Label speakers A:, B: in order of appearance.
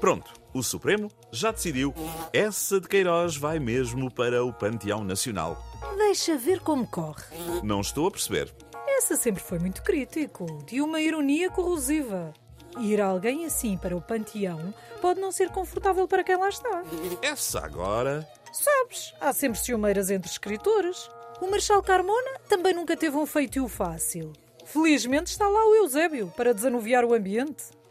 A: Pronto, o Supremo já decidiu. Essa de Queiroz vai mesmo para o Panteão Nacional.
B: Deixa ver como corre.
A: Não estou a perceber.
B: Essa sempre foi muito crítico, de uma ironia corrosiva. Ir alguém assim para o panteão pode não ser confortável para quem lá está.
A: Essa agora.
B: Sabes, há sempre ciumeiras entre escritores. O Marechal Carmona também nunca teve um feitio fácil. Felizmente está lá o Eusébio para desanuviar o ambiente.